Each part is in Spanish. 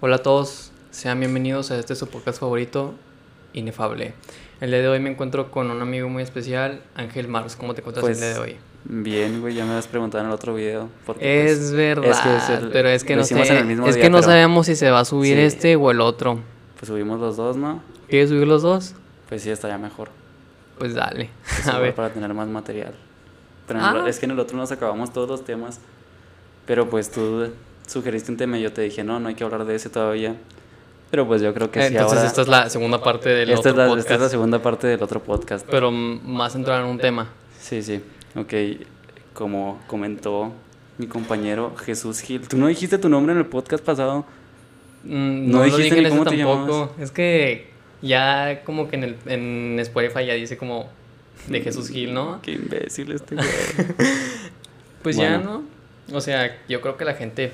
Hola a todos, sean bienvenidos a este su podcast favorito, Inefable. El día de hoy me encuentro con un amigo muy especial, Ángel Mars. ¿Cómo te encuentras Pues, el día de hoy? Bien, güey, ya me has preguntado en el otro video. porque, Es pues, verdad, el- pero es que lo no hicimos sé- en el mismo es día, que no pero, sabemos si se va a subir Sí. este o el otro. Pues subimos los dos, ¿no? ¿Quieres subir los dos? Pues sí, estaría mejor. Pues dale. Pues A igual ver. Para tener más material. Pero en el- Ah. es que en el otro nos acabamos todos los temas. Pero pues tú sugeriste un tema y yo te dije, no, no hay que hablar de ese todavía. Pero pues yo creo que sí, Entonces ahora. esta es la segunda parte del esta otro es la, podcast, esta es la segunda parte del otro podcast. pero m- más centrada en un tema. Sí, sí. Ok, como comentó mi compañero Jesús Gil. Tú no dijiste tu nombre en el podcast pasado. Mm, No No, lo dijiste dije ni en ese cómo te tampoco. Es que ya como que en, el, en Spotify ya dice como de Jesús Gil, ¿no? Qué imbécil este güey. Pues ya, Bueno. ¿no? O sea, yo creo que la gente,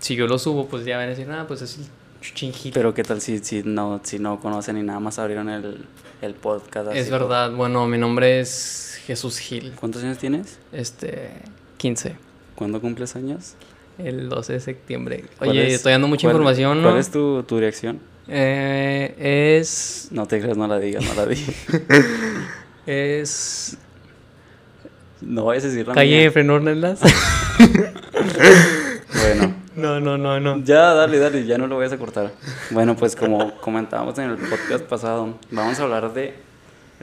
si yo lo subo, pues ya van a decir, ah, pues es el Chuchín Gil. Pero qué tal si, si no, si no conocen y nada más abrieron el, el podcast. así es como- verdad, bueno, mi nombre es Jesús Gil, ¿Cuántos años tienes? este, 15, ¿Cuándo cumples años? el 12 de septiembre. ¿Cuál Oye, es- estoy dando mucha cuál- información, ¿no? ¿Cuál es tu, tu dirección? Eh, es, No te creas, no la digas, no la digas. es No vayas a decir la calle mía. Frenor Nelas. Bueno, no, no, no, no. ya dale, dale, ya no lo vayas a cortar. Bueno, pues como comentábamos en el podcast pasado, vamos a hablar de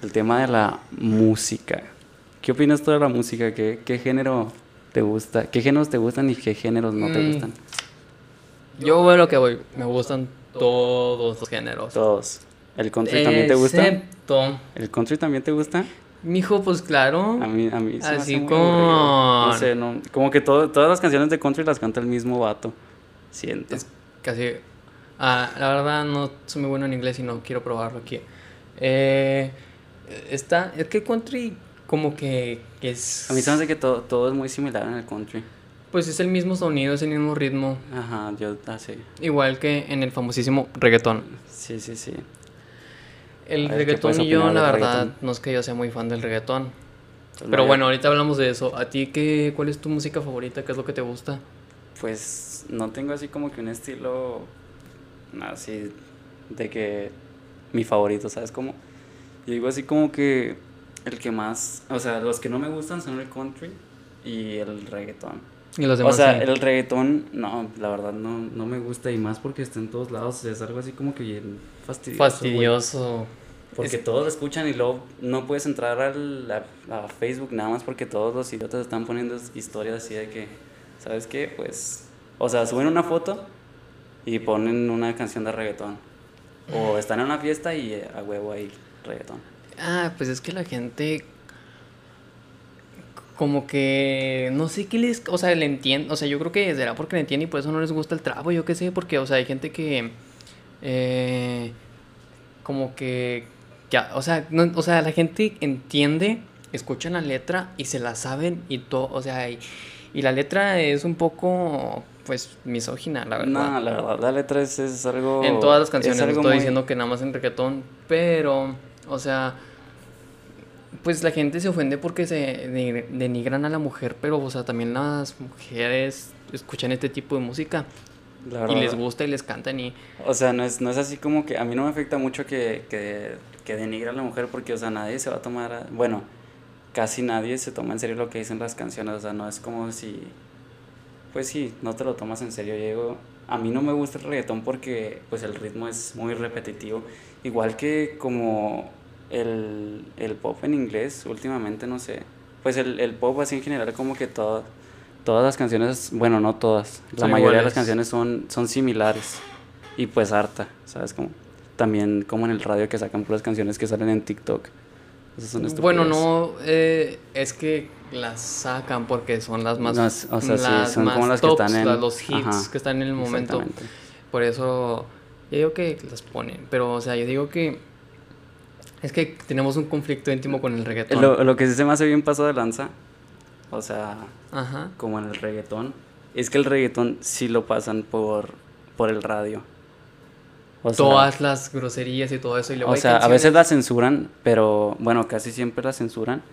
el tema de la música. ¿Qué opinas tú de la música? ¿Qué, qué género te gusta? ¿Qué géneros te gustan y qué géneros no te Mm. gustan? Yo veo lo que voy, me gustan todos los géneros. Todos. ¿El country también Eh, te gusta? Excepto, ¿El country también te gusta? mijo, pues claro. A mí, a mí. se me hace Así muy aburrido. No con- sé, no. Como que todo- todas las canciones de country las canta el mismo vato. Siento. Es casi. ah, la verdad, no soy muy bueno en inglés y no quiero probarlo aquí. Eh, está. Es que el country, como que es. A mí se me hace que todo, todo es muy similar en el country. Pues es el mismo sonido, es el mismo ritmo. Ajá, yo así. Igual que en el famosísimo reggaetón. Sí, sí, sí. Pues El A ver, ¿qué reggaetón puedes y yo, opinar la del verdad, reggaetón? no es que yo sea muy fan del reggaetón. Pues Pero vaya, bueno, ahorita hablamos de eso. ¿A ti qué? ¿Cuál es tu música favorita? ¿Qué es lo que te gusta? Pues no tengo así como que un estilo. Así. De que. Mi favorito, ¿sabes cómo? Yo digo así como que. El que más. O sea, los que no me gustan son el country y el reggaetón. Y los O demás. sea, sí. el reggaetón, no, la verdad no, no me gusta y más porque está en todos lados, es algo así como que bien fastidioso. güey. Fastidioso. Porque Es- todos lo escuchan y luego no puedes entrar al, a, a Facebook nada más porque todos los idiotas están poniendo historias así de que, ¿sabes qué? Pues, o sea, suben una foto y ponen una canción de reggaetón. O están en una fiesta y eh, a huevo ahí reggaetón. Ah, pues es que la gente como que no sé qué les, o sea, le entiende, o sea, yo creo que será porque le entiende y por eso no les gusta el trapo, yo qué sé, porque, o sea, hay gente que eh, como que ya, o sea, no, o sea, la gente entiende, escucha la letra y se la saben y todo, o sea, y, y la letra es un poco pues misógina, la verdad. No, la verdad, la letra es, es algo... En todas las es canciones, no algo estoy muy- diciendo que nada más en reggaetón, pero, o sea, pues la gente se ofende porque se de- denigran a la mujer, pero, o sea, también las mujeres escuchan este tipo de música la y verdad. les gusta y les cantan y... O sea, no es, no es así como que a mí no me afecta mucho que, que, que denigre a la mujer porque, o sea, nadie se va a tomar, a- bueno, casi nadie se toma en serio lo que dicen las canciones, o sea, no es como si, pues sí, no te lo tomas en serio, yo digo, a mí no me gusta el reggaetón porque, pues el ritmo es muy repetitivo, igual que como el, el pop en inglés últimamente, no sé, pues el, el pop así en general como que todo... Todas las canciones, bueno, no todas, la Son mayoría de iguales. las canciones son, son similares y pues harta, ¿sabes? Como, también como en el radio que sacan puras canciones que salen en TikTok. Esas son Bueno, estupideces. no, eh, es que las sacan porque son las más... Las- o sea, sí, las son como más las que están en- las- los hits ajá, que están en el momento. Exactamente. Por eso, yo digo que las ponen. Pero, o sea, yo digo que. Es que tenemos un conflicto íntimo con el reggaetón. Lo, lo que sí se me hace bien pasado de lanza, o sea, Ajá. como en el reggaetón, es que el reggaetón sí lo pasan por, por el radio. O sea, Todas las groserías y todo eso. Y luego O hay sea, a canciones- veces la censuran, pero bueno, casi siempre la censuran.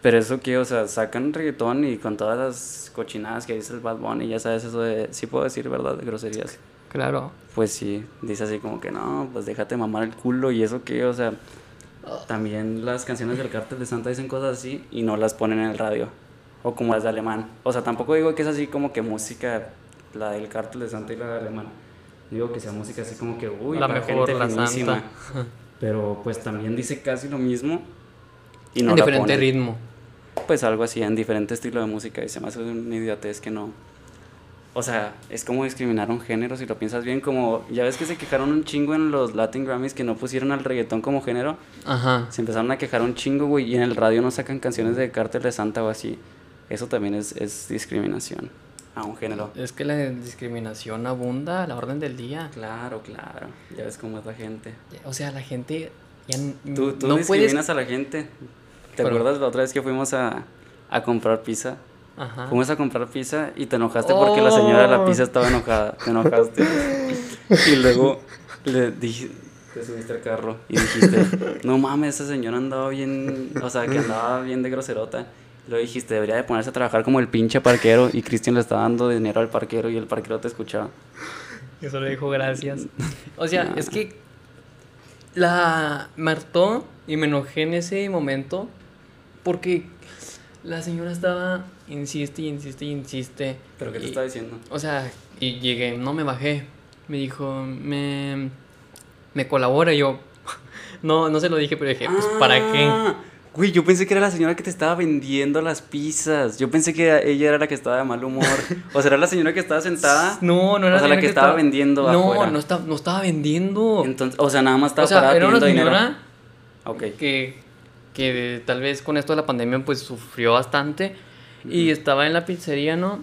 Pero eso que, o sea, sacan reggaetón y con todas las cochinadas que dice el Bad Bunny, ya sabes eso de, sí puedo decir, ¿verdad? Groserías. Claro. pues sí, dice así como que no, pues déjate mamar el culo y eso que, o sea, también las canciones del cártel de Santa dicen cosas así y no las ponen en el radio, o como las de alemán. O sea, tampoco digo que es así como que música, la del cártel de Santa y la de alemán. Digo que sea música así como que, uy, La para mejor, gente la finísima. santa. Pero pues también dice casi lo mismo y En no la diferente ponen. ritmo. Pues algo así, en diferente estilo de música. Y se me hace una idiotez que no. O sea, es como discriminar un género si lo piensas bien. Como ya ves que se quejaron un chingo en los Latin Grammys que no pusieron al reggaetón como género. Ajá. Se empezaron a quejar un chingo, güey. Y en el radio no sacan canciones de Cártel de Santa o así. Eso también es, es discriminación a un género. Es que la discriminación abunda a la orden del día. Claro, claro. Ya ves cómo es la gente. O sea, la gente ya n- Tú, tú no discriminas puedes. a la gente. ¿Te Pero- acuerdas la otra vez que fuimos a, a comprar pizza? Ajá. Ah. Fuimos a comprar pizza y te enojaste porque la señora de la Oh. pizza estaba enojada. Te enojaste. y luego le dije, te subiste al carro y dijiste, no mames, esa señora andaba bien, o sea, que andaba bien de groserota. Lo dijiste, debería de ponerse a trabajar como el pinche parquero y Cristian le estaba dando dinero al parquero y el parquero te escuchaba. Yo solo dijo gracias. O sea, es que la me hartó y me enojé en ese momento porque la señora estaba insiste y insiste y insiste. ¿Pero qué te Y- estaba diciendo? O sea, y llegué, no me bajé. Me dijo, me, me colabora. Y yo, no, no se lo dije, pero dije, pues, ¿para qué? Ah, Güey, yo pensé que era la señora que te estaba vendiendo las pizzas. Yo pensé que era- ella era la que estaba de mal humor. O será la señora que estaba sentada. No, no era O sea, la señora que estaba vendiendo No, afuera. no, está- no estaba vendiendo. Entonces, o sea, nada más estaba o sea, parada era una pidiendo señora. dinero. Ok. que, que de- tal vez con esto de la pandemia pues sufrió bastante y estaba en la pizzería, ¿no?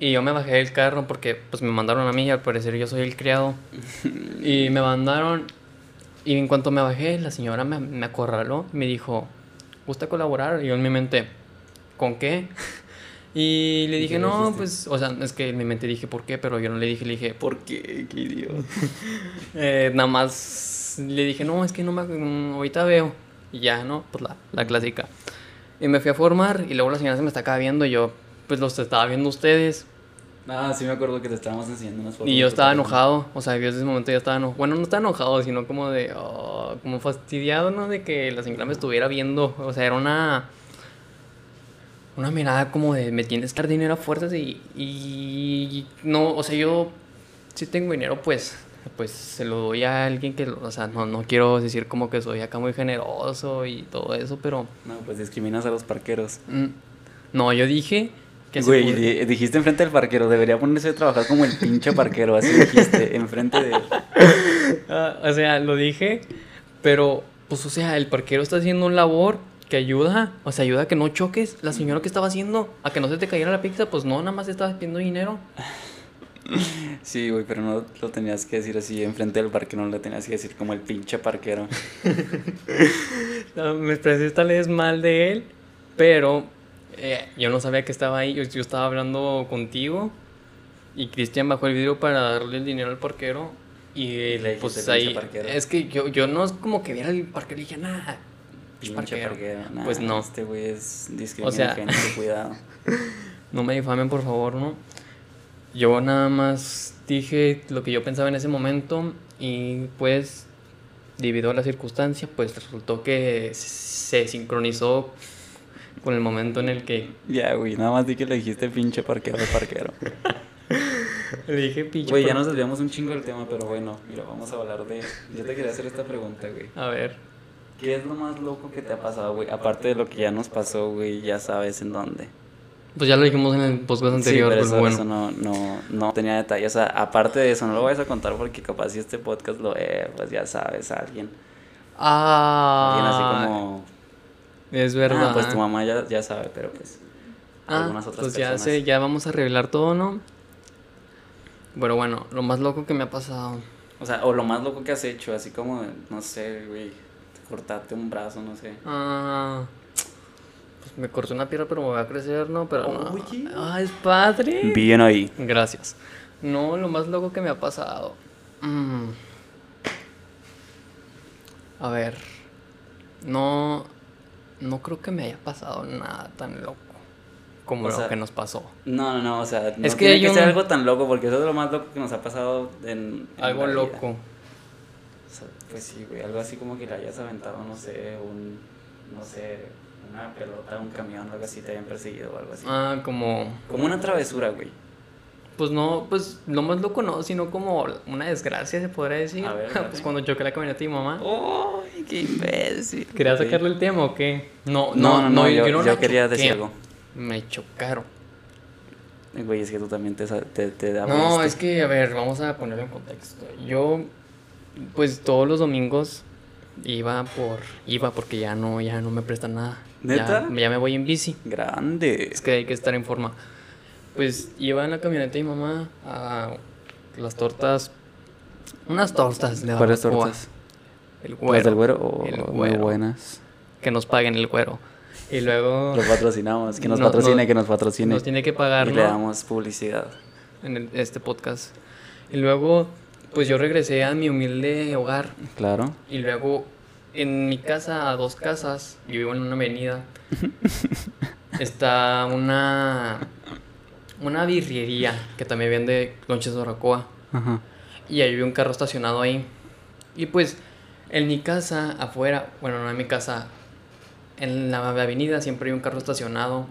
Y yo me bajé del carro porque pues me mandaron a mí y al parecer yo soy el criado. y me mandaron y en cuanto me bajé la señora me, me acorraló y me dijo, ¿gusta colaborar? Y yo en mi mente, ¿con qué? Y le ¿Y dije, qué le no, dijiste? pues, o sea, es que en mi mente dije, ¿por qué? Pero yo no le dije, le dije, ¿Por qué? ¡Qué idiota! eh, nada más le dije, no, es que no me. mm, Ahorita veo. Y ya, ¿no? Pues la, la clásica. Y me fui a formar y luego la señora se me estaba viendo y yo, pues los estaba viendo ustedes. Ah, sí me acuerdo que te estábamos enseñando unas fotos. Y de yo tu estaba teléfono. enojado. O sea, yo desde ese momento ya estaba enojado. Bueno, no estaba enojado, sino como de. oh, como fastidiado, ¿no? De que la señora me estuviera viendo. O sea, era una. Una mirada como de me tienes que dar dinero a fuerzas y, y no, o sea, yo si tengo dinero, pues, pues se lo doy a alguien que, lo- o sea, no, no quiero decir como que soy acá muy generoso y todo eso, pero No, pues discriminas a los parqueros. mm, no, yo dije que se Güey, pudo- di- dijiste enfrente del parquero, debería ponerse a trabajar como el pinche parquero, así dijiste, enfrente de él. Ah, o sea, lo dije, pero pues o sea, el parquero está haciendo un labor que ayuda, o sea, ayuda a que no choques. La señora que estaba haciendo, a que no se te cayera la pizza, pues no, nada más estaba pidiendo dinero. Sí, güey, pero no lo tenías que decir así, enfrente del parquero, no lo tenías que decir como el pinche parquero. Ah, Me expresé tal vez mal de él, pero eh, yo no sabía que estaba ahí. Yo, yo estaba hablando contigo y Cristian bajó el vidrio para darle el dinero al parquero. Y, él, le dijiste, pues "Pinche ahí, parquero". es que yo, yo no es como que viera el parquero y dije, nada, Pinche parquero". parquero. nah, Pues no. Este güey es discrimina O sea- gente, cuidado. No me difamen, por favor, ¿no? Yo nada más dije lo que yo pensaba en ese momento y pues, debido a la circunstancia, pues resultó que se sincronizó con el momento en el que Ya, güey, nada más di que le dijiste pinche parquero de parquero. le dije pinche. Güey, ya por- nos desviamos un chingo del tema, pero bueno, mira, vamos a hablar de... Yo te quería hacer esta pregunta, güey. A ver, ¿Qué es lo más loco que te ha pasado, güey? Aparte de lo que ya nos pasó, güey, ya sabes en dónde. pues ya lo dijimos en el podcast anterior, sí, pero pues eso, bueno. eso no, no, no tenía detalles. O sea, aparte de eso, no lo vayas a contar porque capaz si este podcast lo ve, pues ya sabes a alguien. Alguien así Ah, como... es "Ah, verdad. pues tu mamá ya, ya sabe, pero pues... Ah, algunas otras pues ya personas. sé, ya vamos a revelar todo, ¿no? Pero bueno, lo más loco que me ha pasado. O sea, o lo más loco que has hecho, así como, no sé, güey, cortarte un brazo, no sé. Ah, pues me corté una pierna, pero me va a crecer, ¿no? Pero no. Oye. Ah, es padre. Bien ahí. Gracias. No, lo más loco que me ha pasado. Mm. A ver. No. No creo que me haya pasado nada tan loco. como O lo sea, que nos pasó. No, no, no, o sea, no Es que tiene hay que un- ser algo tan loco, porque eso es lo más loco que nos ha pasado en... en Algo la vida. loco. O sea, pues sí, güey, algo así como que le hayas aventado, no sé, un... No sé, una pelota, un camión, algo así, te hayan perseguido o algo así. Ah, como. Como una travesura, güey. Pues no, pues lo más loco no, sino como una desgracia se podría decir. A ver, pues dale. cuando choqué la camioneta de mi mamá. ¡Ay, qué imbécil! ¿Quería Sí. sacarle el tema o qué? No, No, no, no, yo, no yo la quería choqué. decir algo. Me chocaron. Eh, Güey, es que tú también te, sa- te, te No, abriste. es que, a ver, vamos a ponerlo en contexto. Yo, pues todos los domingos iba por. Iba porque ya no, ya no me prestan nada. Ya- ¿Neta? Ya, me voy en bici. Grande. Es que hay que estar en forma. Pues iba en la camioneta de mi mamá a las tortas. Unas tortas de ¿Cuáles barbacoa. tortas? El güero. ¿Las del güero o El muy güero. buenas? Que nos paguen el güero. Y luego Los patrocinamos, que nos No, no, patrocine, que nos patrocine. nos tiene que y pagar, le ¿no? damos publicidad. en el- este podcast. Y luego, pues yo regresé a mi humilde hogar. Claro. Y luego, en mi casa, a dos casas, yo vivo en una avenida, está una, una birrería que también vende lonches de barbacoa. Ajá. Y ahí vi un carro estacionado ahí. Y pues, en mi casa, afuera, bueno, no en mi casa, en la avenida siempre hay un carro estacionado.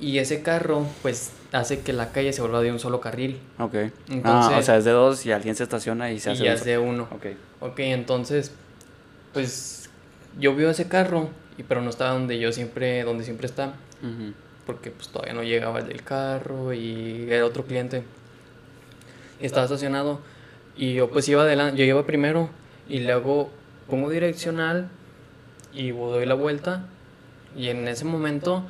Y ese carro, pues, hace que la calle se vuelva de un solo carril. Ok. ah, o Entonces- sea, es de dos y alguien se estaciona y se Y hace. ya dos. es de uno. Ok. Ok, entonces, pues yo veo ese carro, y pero no estaba donde yo siempre, donde siempre está, Ujú. porque pues todavía no llegaba el del carro y era otro cliente. Estaba estacionado y yo pues iba adelante, yo iba primero y luego pongo direccional y doy la vuelta y en ese momento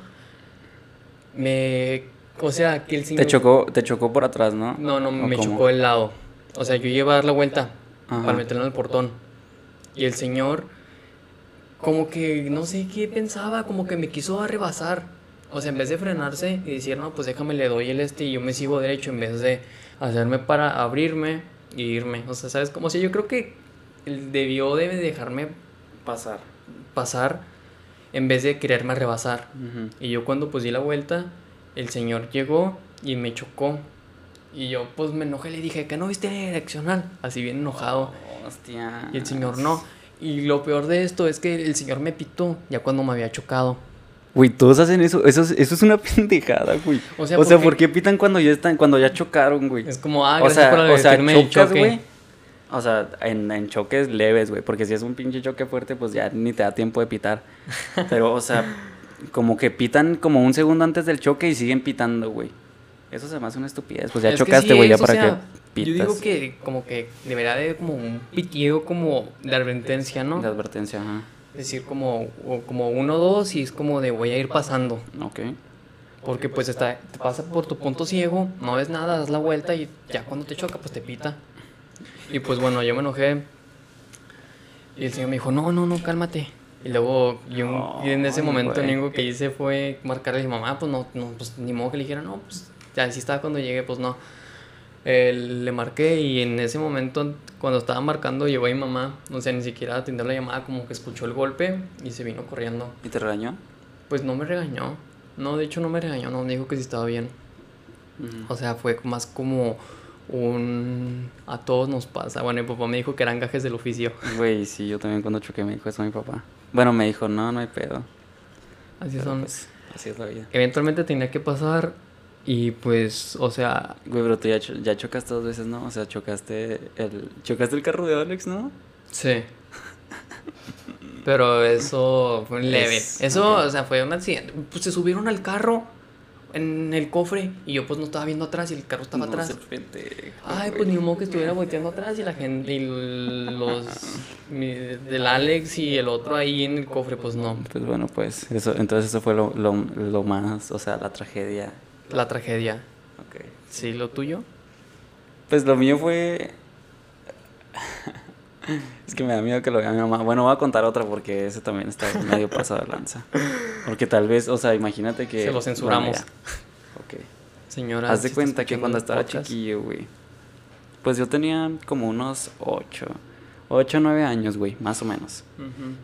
me, o sea, que el Te señor- chocó, te chocó por atrás, ¿no? no, no, ¿O me cómo? chocó el lado. O sea, yo iba a dar la vuelta Ajá. para meterlo en el portón. Y el señor, como que no sé qué pensaba, como que me quiso rebasar. O sea, en vez de frenarse y decir, no, pues déjame, le doy el este y yo me sigo derecho, en vez de hacerme para abrirme y irme. O sea, ¿sabes? Como, o sea, yo creo que él debió de dejarme pasar. pasar en vez de quererme rebasar. Ujú. Y yo cuando pues di la vuelta, el señor llegó y me chocó. Y yo pues me enojé, le dije que no viste direccional, así bien enojado. Hostia. Oh. Y el señor no. Y lo peor de esto es que el señor me pitó ya cuando me había chocado. Güey, todos hacen eso. Eso es, eso es una pendejada, güey. O O sea, sea, porque- ¿por qué pitan cuando ya están, cuando ya chocaron, güey? Es como, ah, o gracias sea, por o sea, advertirme del chocas, choque. güey. O sea, en, en choques leves, güey. Porque si es un pinche choque fuerte, pues ya ni te da tiempo de pitar. Pero, o sea, como que pitan como un segundo antes del choque y siguen pitando, güey. Eso se me hace una estupidez. Pues ya Es que chocaste, sí güey, es, ya o para sea, que Yo pitas. digo que como que debería de como un pitido como de advertencia, ¿no? De advertencia, ajá. Es decir, como, o como uno, dos y es como de voy a ir pasando. Ok. Porque pues está, te pasa por tu punto ciego, no ves nada, das la vuelta y ya cuando te choca pues te pita. Y pues bueno, yo me enojé. Y el señor me dijo, no, no, no, cálmate. Y luego, y, un- y en ese Ay, momento güey. lo único que hice fue marcarle a mi mamá, pues no, no, pues ni modo que le dijera, no, pues ya sí estaba cuando llegué, pues no. Eh, le marqué y en ese momento, cuando estaba marcando, llegó mi mamá, o sea, ni siquiera atendió la llamada, como que escuchó el golpe y se vino corriendo. ¿Y te regañó? Pues no me regañó. No, de hecho no me regañó, no me dijo que si estaba bien. Ujú. O sea, fue más como un... A todos nos pasa. Bueno, mi papá me dijo que eran gajes del oficio. Güey, sí, yo también cuando choqué me dijo eso mi papá. Bueno, me dijo, no, no hay pedo. Así Pero, son. pues, así es la vida. Eventualmente tenía que pasar y pues, o sea... Güey, pero tú ya, cho- ya chocaste dos veces, ¿no? O sea, chocaste el, chocaste el carro de Alex, ¿no? Sí. Pero eso fue un leve. Es- Eso, ok. o sea, fue un accidente. Pues se subieron al carro en el cofre y yo pues no estaba viendo atrás y el carro estaba No atrás. seas pendejo, Ay, güey. pues ni modo que estuviera volteando atrás y la gente, y los, mi- del Alex y el otro ahí en el cofre, pues no, Pues bueno, pues eso, entonces eso fue lo, lo, lo más, o sea, la tragedia. la tragedia. Ok. Sí, lo tuyo. Pues lo mío fue... es que me da miedo que lo vea mi mamá. Bueno, voy a contar otra porque ese también está medio pasado de lanza. Porque tal vez, o sea, imagínate que... Se lo bueno, censuramos. ya. ok. Señora. Haz si de está cuenta que escuchando cuando el estaba podcast, chiquillo, güey. Pues yo tenía como unos 8, 8, 9 años, güey, más o menos. ujú,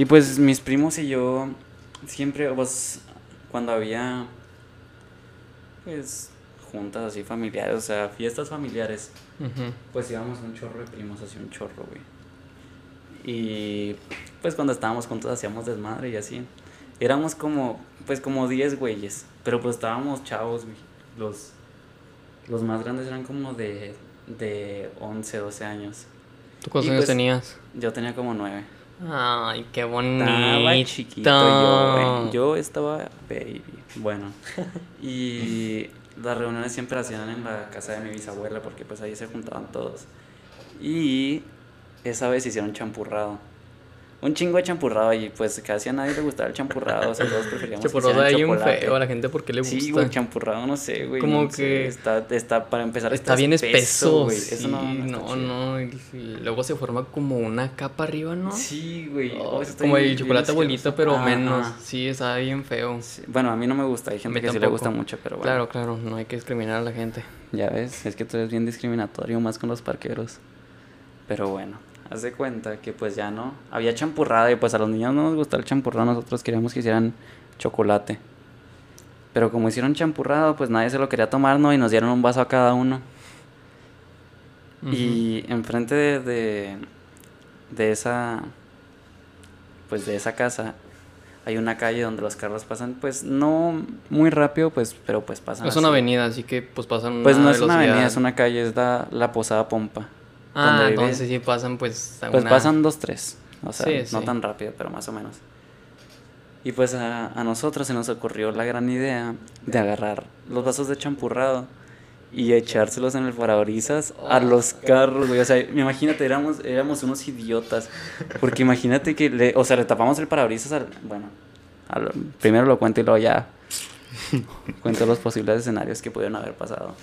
Y pues mis primos y yo siempre, pues, cuando había, pues, juntas así familiares, o sea, fiestas familiares, Ujú. pues íbamos un chorro de primos, así un chorro, güey. Y pues cuando estábamos juntos hacíamos desmadre y así. Éramos como, pues como 10 güeyes, pero pues estábamos chavos, güey. Los, los más grandes eran como de, de 11, 12 años. ¿Tú cuántos Y años pues- tenías? Yo tenía como 9. Ay, qué bonito. Estaba chiquito yo, güey. Yo estaba baby. Bueno. Y las reuniones siempre las hacían en la casa de mi bisabuela porque pues ahí se juntaban todos. Y esa vez hicieron champurrado. Un chingo de champurrado y pues casi a nadie le gustaba el champurrado, o sea, todos preferíamos que Chaporrosa hicieran ahí un chocolate. feo a la gente porque le gusta. Sí, güey, champurrado, no sé, güey. Como no sé, que está, está, para empezar, Está bien espeso, güey. sí, Eso no, no, está no, chido. no, y- y luego se forma como una capa arriba, ¿no? Sí, güey. Oh, oh, está como bien- el bien chocolate abuelito, asqueroso. pero Ah, menos. ah. Sí, está bien feo. Sí, Bueno, a mí no me gusta, hay mí gente que sí le tampoco. gusta mucho, pero bueno. Claro, claro, no hay que discriminar a la gente. Ya ves, es que tú eres bien discriminatorio más con los parqueros. Pero bueno, haz de cuenta que pues ya no. Había champurrada y pues a los niños no nos gustaba el champurrado, nosotros queríamos que hicieran chocolate. Pero como hicieron champurrado, pues nadie se lo quería tomar, ¿no? Y nos dieron un vaso a cada uno. Y enfrente de, de, de esa pues de esa casa hay una calle donde los carros pasan, pues no muy rápido, pues, pero pues pasan. es una así. avenida, así que pues pasan Pues no es una velocidad. avenida, es una calle, es la, la Posada Pompa. donde Ah, vive. entonces sí pasan pues a Pues una- pasan dos, tres. O sea, Sí, no sí. tan rápido, pero más o menos. Y pues a, a nosotros se nos ocurrió la gran idea de agarrar los vasos de champurrado y echárselos en el parabrisas a los carros, güey. O sea, imagínate, éramos, éramos unos idiotas. Porque imagínate que, le, o sea, le tapamos el parabrisas al. Bueno, al- primero lo cuento y luego ya cuento los posibles escenarios que pudieron haber pasado.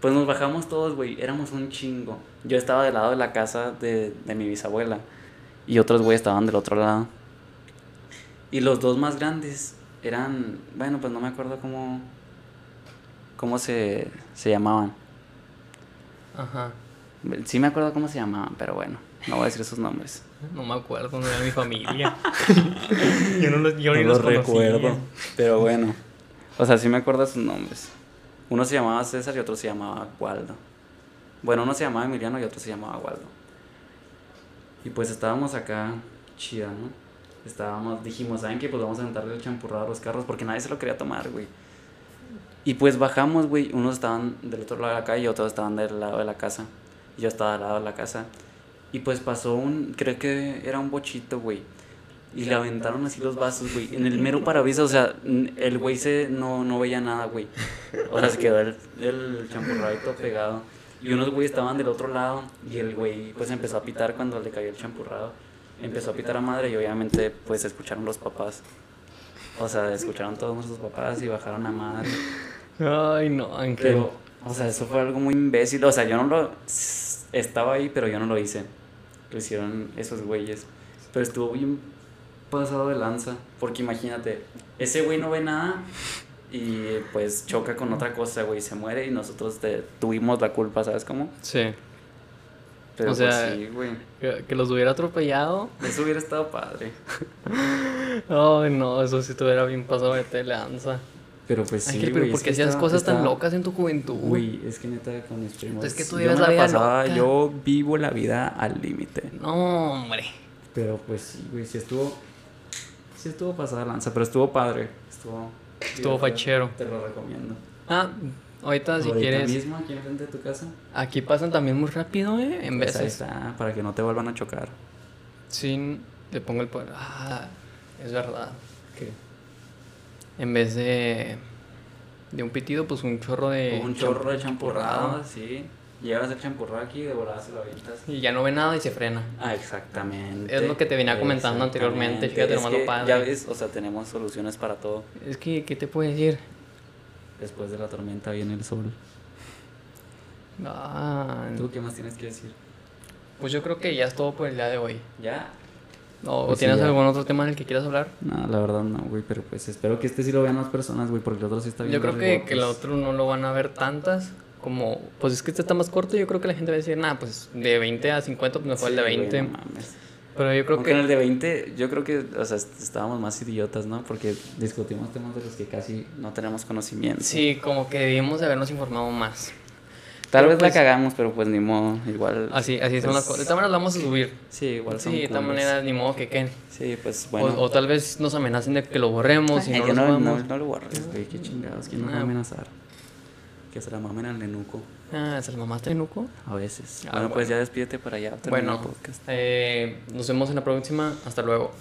Pues nos bajamos todos, güey. Éramos un chingo. Yo estaba del lado de la casa de, de mi bisabuela. Y otros, güey, estaban del otro lado. Y los dos más grandes eran. Bueno, pues no me acuerdo cómo. cómo se, se llamaban. Ajá. Sí me acuerdo cómo se llamaban, pero bueno, no voy a decir sus nombres. No me acuerdo, no era mi familia. yo no los, yo ni no los los recuerdo. conocía. Pero bueno. O sea, sí me acuerdo sus nombres. Uno se llamaba César y otro se llamaba Waldo. Bueno, uno se llamaba Emiliano y otro se llamaba Waldo. Y pues estábamos acá, chida, ¿no? Estábamos, dijimos, ¿saben qué? Pues vamos a aventarle el champurrado a los carros porque nadie se lo quería tomar, güey. Y pues bajamos, güey. Unos estaban del otro lado de la calle y otros estaban del lado de la casa. Y yo estaba al lado de la casa. Y pues pasó un, creo que era un bochito, güey. Y le aventaron así los vasos, güey. En el mero parabrisas, o sea, n- el güey se no, no veía nada, güey. O sea, se quedó el, el champurradito pegado. Y unos güeyes estaban del otro lado y el güey pues empezó a pitar cuando le cayó el champurrado. Empezó a pitar a madre y obviamente pues escucharon los papás. O sea, escucharon todos nuestros papás y bajaron a madre. Ay, no, Ángel. Pero, o sea, eso fue algo muy imbécil. O sea, yo no lo. Estaba ahí, pero yo no lo hice. Lo hicieron esos güeyes. Pero estuvo bien pasado de lanza. Porque imagínate, ese güey no ve nada y pues choca con otra cosa, güey. Se muere y nosotros te- tuvimos la culpa, ¿sabes cómo? Sí. Pero O pues, sea- sí, güey. Que que los hubiera atropellado. Eso hubiera estado padre. Ay, no, eso sí estuviera bien pasado de te lanza. Pero pues sí. Ángel, pero ¿por qué hacías cosas tan locas en tu juventud? Güey, es que neta con mis primos. Es que tú yo vives me la vida pasaba- loca. Yo vivo la vida al límite. No, hombre. Pero pues sí, güey, sí estuvo. Sí estuvo pasada lanza, pero estuvo padre. Estuvo. Estuvo fachero. Te lo recomiendo. Ah, ahorita si Ahorita quieres. mismo aquí enfrente de tu casa. Aquí pasan también muy rápido, ¿eh? En Pues ahí veces. está, para que no te vuelvan a chocar. Sin. Le pongo el poder. Ah, es verdad. ¿Qué? En vez de. De un pitido, pues un chorro de. un chorro de champurrado, sí. Llevas el champurrado aquí y de volada se lo avientas. Y ya no ve nada y se frena. Ah, exactamente. Es lo que te venía comentando anteriormente, fíjate es nomás lo que, padre. Ya ves, o sea, tenemos soluciones para todo. Es que, ¿qué te puedo decir? Después de la tormenta viene el sol. Ah, ¿Tú qué más tienes que decir? pues yo creo que ya es todo por el día de hoy. ¿Ya? No, Pues sí, ¿Tienes ya. algún otro tema del que quieras hablar? No, la verdad no, güey, pero pues espero que este sí lo vean más personas, güey, porque el otro sí está bien. Yo creo que, largo, que el pues. otro no lo van a ver tantas. Como, pues es que este está más corto. Yo creo que la gente va a decir, nah, pues de 20 a 50, pues mejor el de Sí, güey, 20. no mames. Pero yo creo Aunque que... en el de 20, yo creo que, o sea, est- estábamos más idiotas, ¿no? Porque discutimos temas de los que casi no tenemos conocimiento. Sí, como que debimos de habernos informado más. Tal pero vez pues- la cagamos, pero pues ni modo, igual. Así, así son las pues, cosas. De todas maneras, la vamos a subir. Sí, igual son Sí, de todas culos. maneras, ni modo que queden. Sí, pues O- bueno. O, tal vez nos amenacen de que lo borremos y Ay, no que lo no, no, subamos. no lo borres, güey, qué chingados, ¿quién nos va a Ah. amenazar? Que se la mamen al nenuco, Ah, ¿es el mamá Tenuco? a veces. Ah, bueno, pues bueno. ya despídete para allá, termina Bueno, el podcast. eh, nos vemos en la próxima. Hasta luego.